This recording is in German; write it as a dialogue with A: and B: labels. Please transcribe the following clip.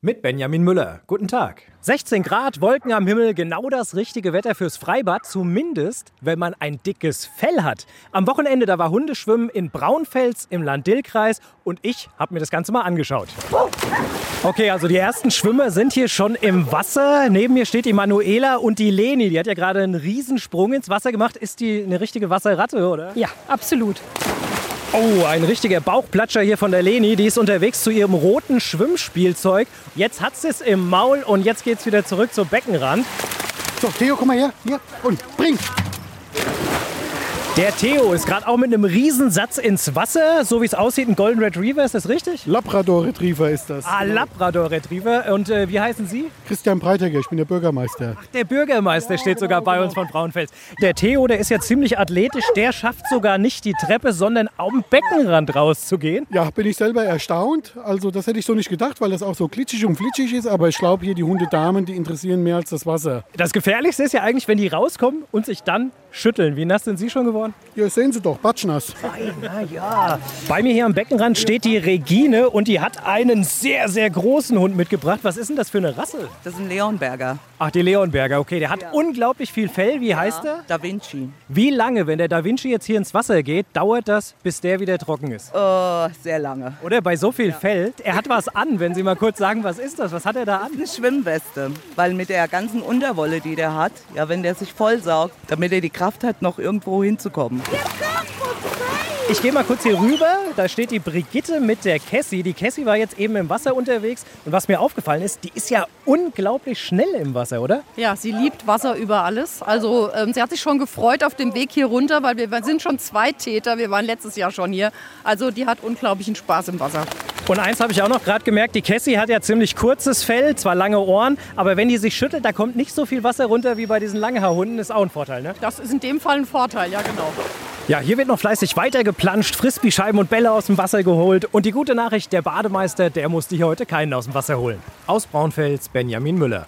A: mit Benjamin Müller. Guten Tag. 16 Grad, Wolken am Himmel, genau das richtige Wetter fürs Freibad, zumindest wenn man ein dickes Fell hat. Am Wochenende, da war Hundeschwimmen in Braunfels im Land-Dill-Kreis und ich habe mir das Ganze mal angeschaut. Okay, also die ersten Schwimmer sind hier schon im Wasser. Neben mir steht die Manuela und die Leni. Die hat ja gerade einen Riesensprung ins Wasser gemacht. Ist die eine richtige Wasserratte, oder?
B: Ja, absolut.
A: Oh, ein richtiger Bauchplatscher hier von der Leni. Die ist unterwegs zu ihrem roten Schwimmspielzeug. Jetzt hat sie es im Maul und jetzt geht's wieder zurück zum Beckenrand.
C: So, Theo, komm mal her. Hier. Und bring.
A: Der Theo ist gerade auch mit einem Riesensatz ins Wasser. So wie es aussieht, ein Golden Retriever, ist das richtig?
C: Labrador Retriever ist das.
A: Ah, Labrador Retriever. Und äh, wie heißen Sie?
C: Christian Breitiger, ich bin der Bürgermeister.
A: Der Bürgermeister steht sogar bei uns von Braunfels. Der Theo, der ist ja ziemlich athletisch. Der schafft sogar nicht die Treppe, sondern am Beckenrand rauszugehen.
C: Ja, bin ich selber erstaunt. Also, das hätte ich so nicht gedacht, weil das auch so glitschig und flitschig ist. Aber ich glaube, hier die Hundedamen, die interessieren mehr als das Wasser.
A: Das Gefährlichste ist ja eigentlich, wenn die rauskommen und sich dann schütteln. Wie nass sind Sie schon geworden?
C: Hier sehen Sie doch, Batschnass.
A: Bei mir hier am Beckenrand steht die Regine und die hat einen sehr, sehr großen Hund mitgebracht. Was ist denn das für eine Rasse?
D: Das ist ein Leonberger,
A: Ach, die Leonberger, okay. Der hat unglaublich viel Fell. Wie heißt er?
D: Da Vinci.
A: Wie lange, wenn der Da Vinci jetzt hier ins Wasser geht, dauert das, bis der wieder trocken ist?
D: Oh, sehr lange.
A: Oder bei so viel Fell. Er hat was an, wenn Sie mal kurz sagen, was ist das? Was hat er da an?
D: Eine Schwimmweste, weil mit der ganzen Unterwolle, die der hat, ja, wenn der sich vollsaugt, damit er die Kraft hat, noch irgendwo hinzukommen.
A: Ich gehe mal kurz hier rüber. Da steht die Brigitte mit der Cassie. Die Cassie war jetzt eben im Wasser unterwegs. Und was mir aufgefallen ist, die ist ja unglaublich schnell im Wasser, oder?
B: Ja, sie liebt Wasser über alles. Also ähm, sie hat sich schon gefreut auf dem Weg hier runter, weil wir sind schon zwei Täter. Wir waren letztes Jahr schon hier. Also die hat unglaublichen Spaß im Wasser.
A: Und eins habe ich auch noch gerade gemerkt, die Cassie hat ja ziemlich kurzes Fell, zwar lange Ohren, aber wenn die sich schüttelt, da kommt nicht so viel Wasser runter wie bei diesen Langhaarhunden. Ist auch ein Vorteil, ne?
B: Das ist in dem Fall ein Vorteil, ja genau.
A: Ja, hier wird noch fleißig weitergeplanscht, Frisbee-Scheiben und Bälle aus dem Wasser geholt. Und die gute Nachricht, der Bademeister, der musste hier heute keinen aus dem Wasser holen. Aus Braunfels, Benjamin Müller.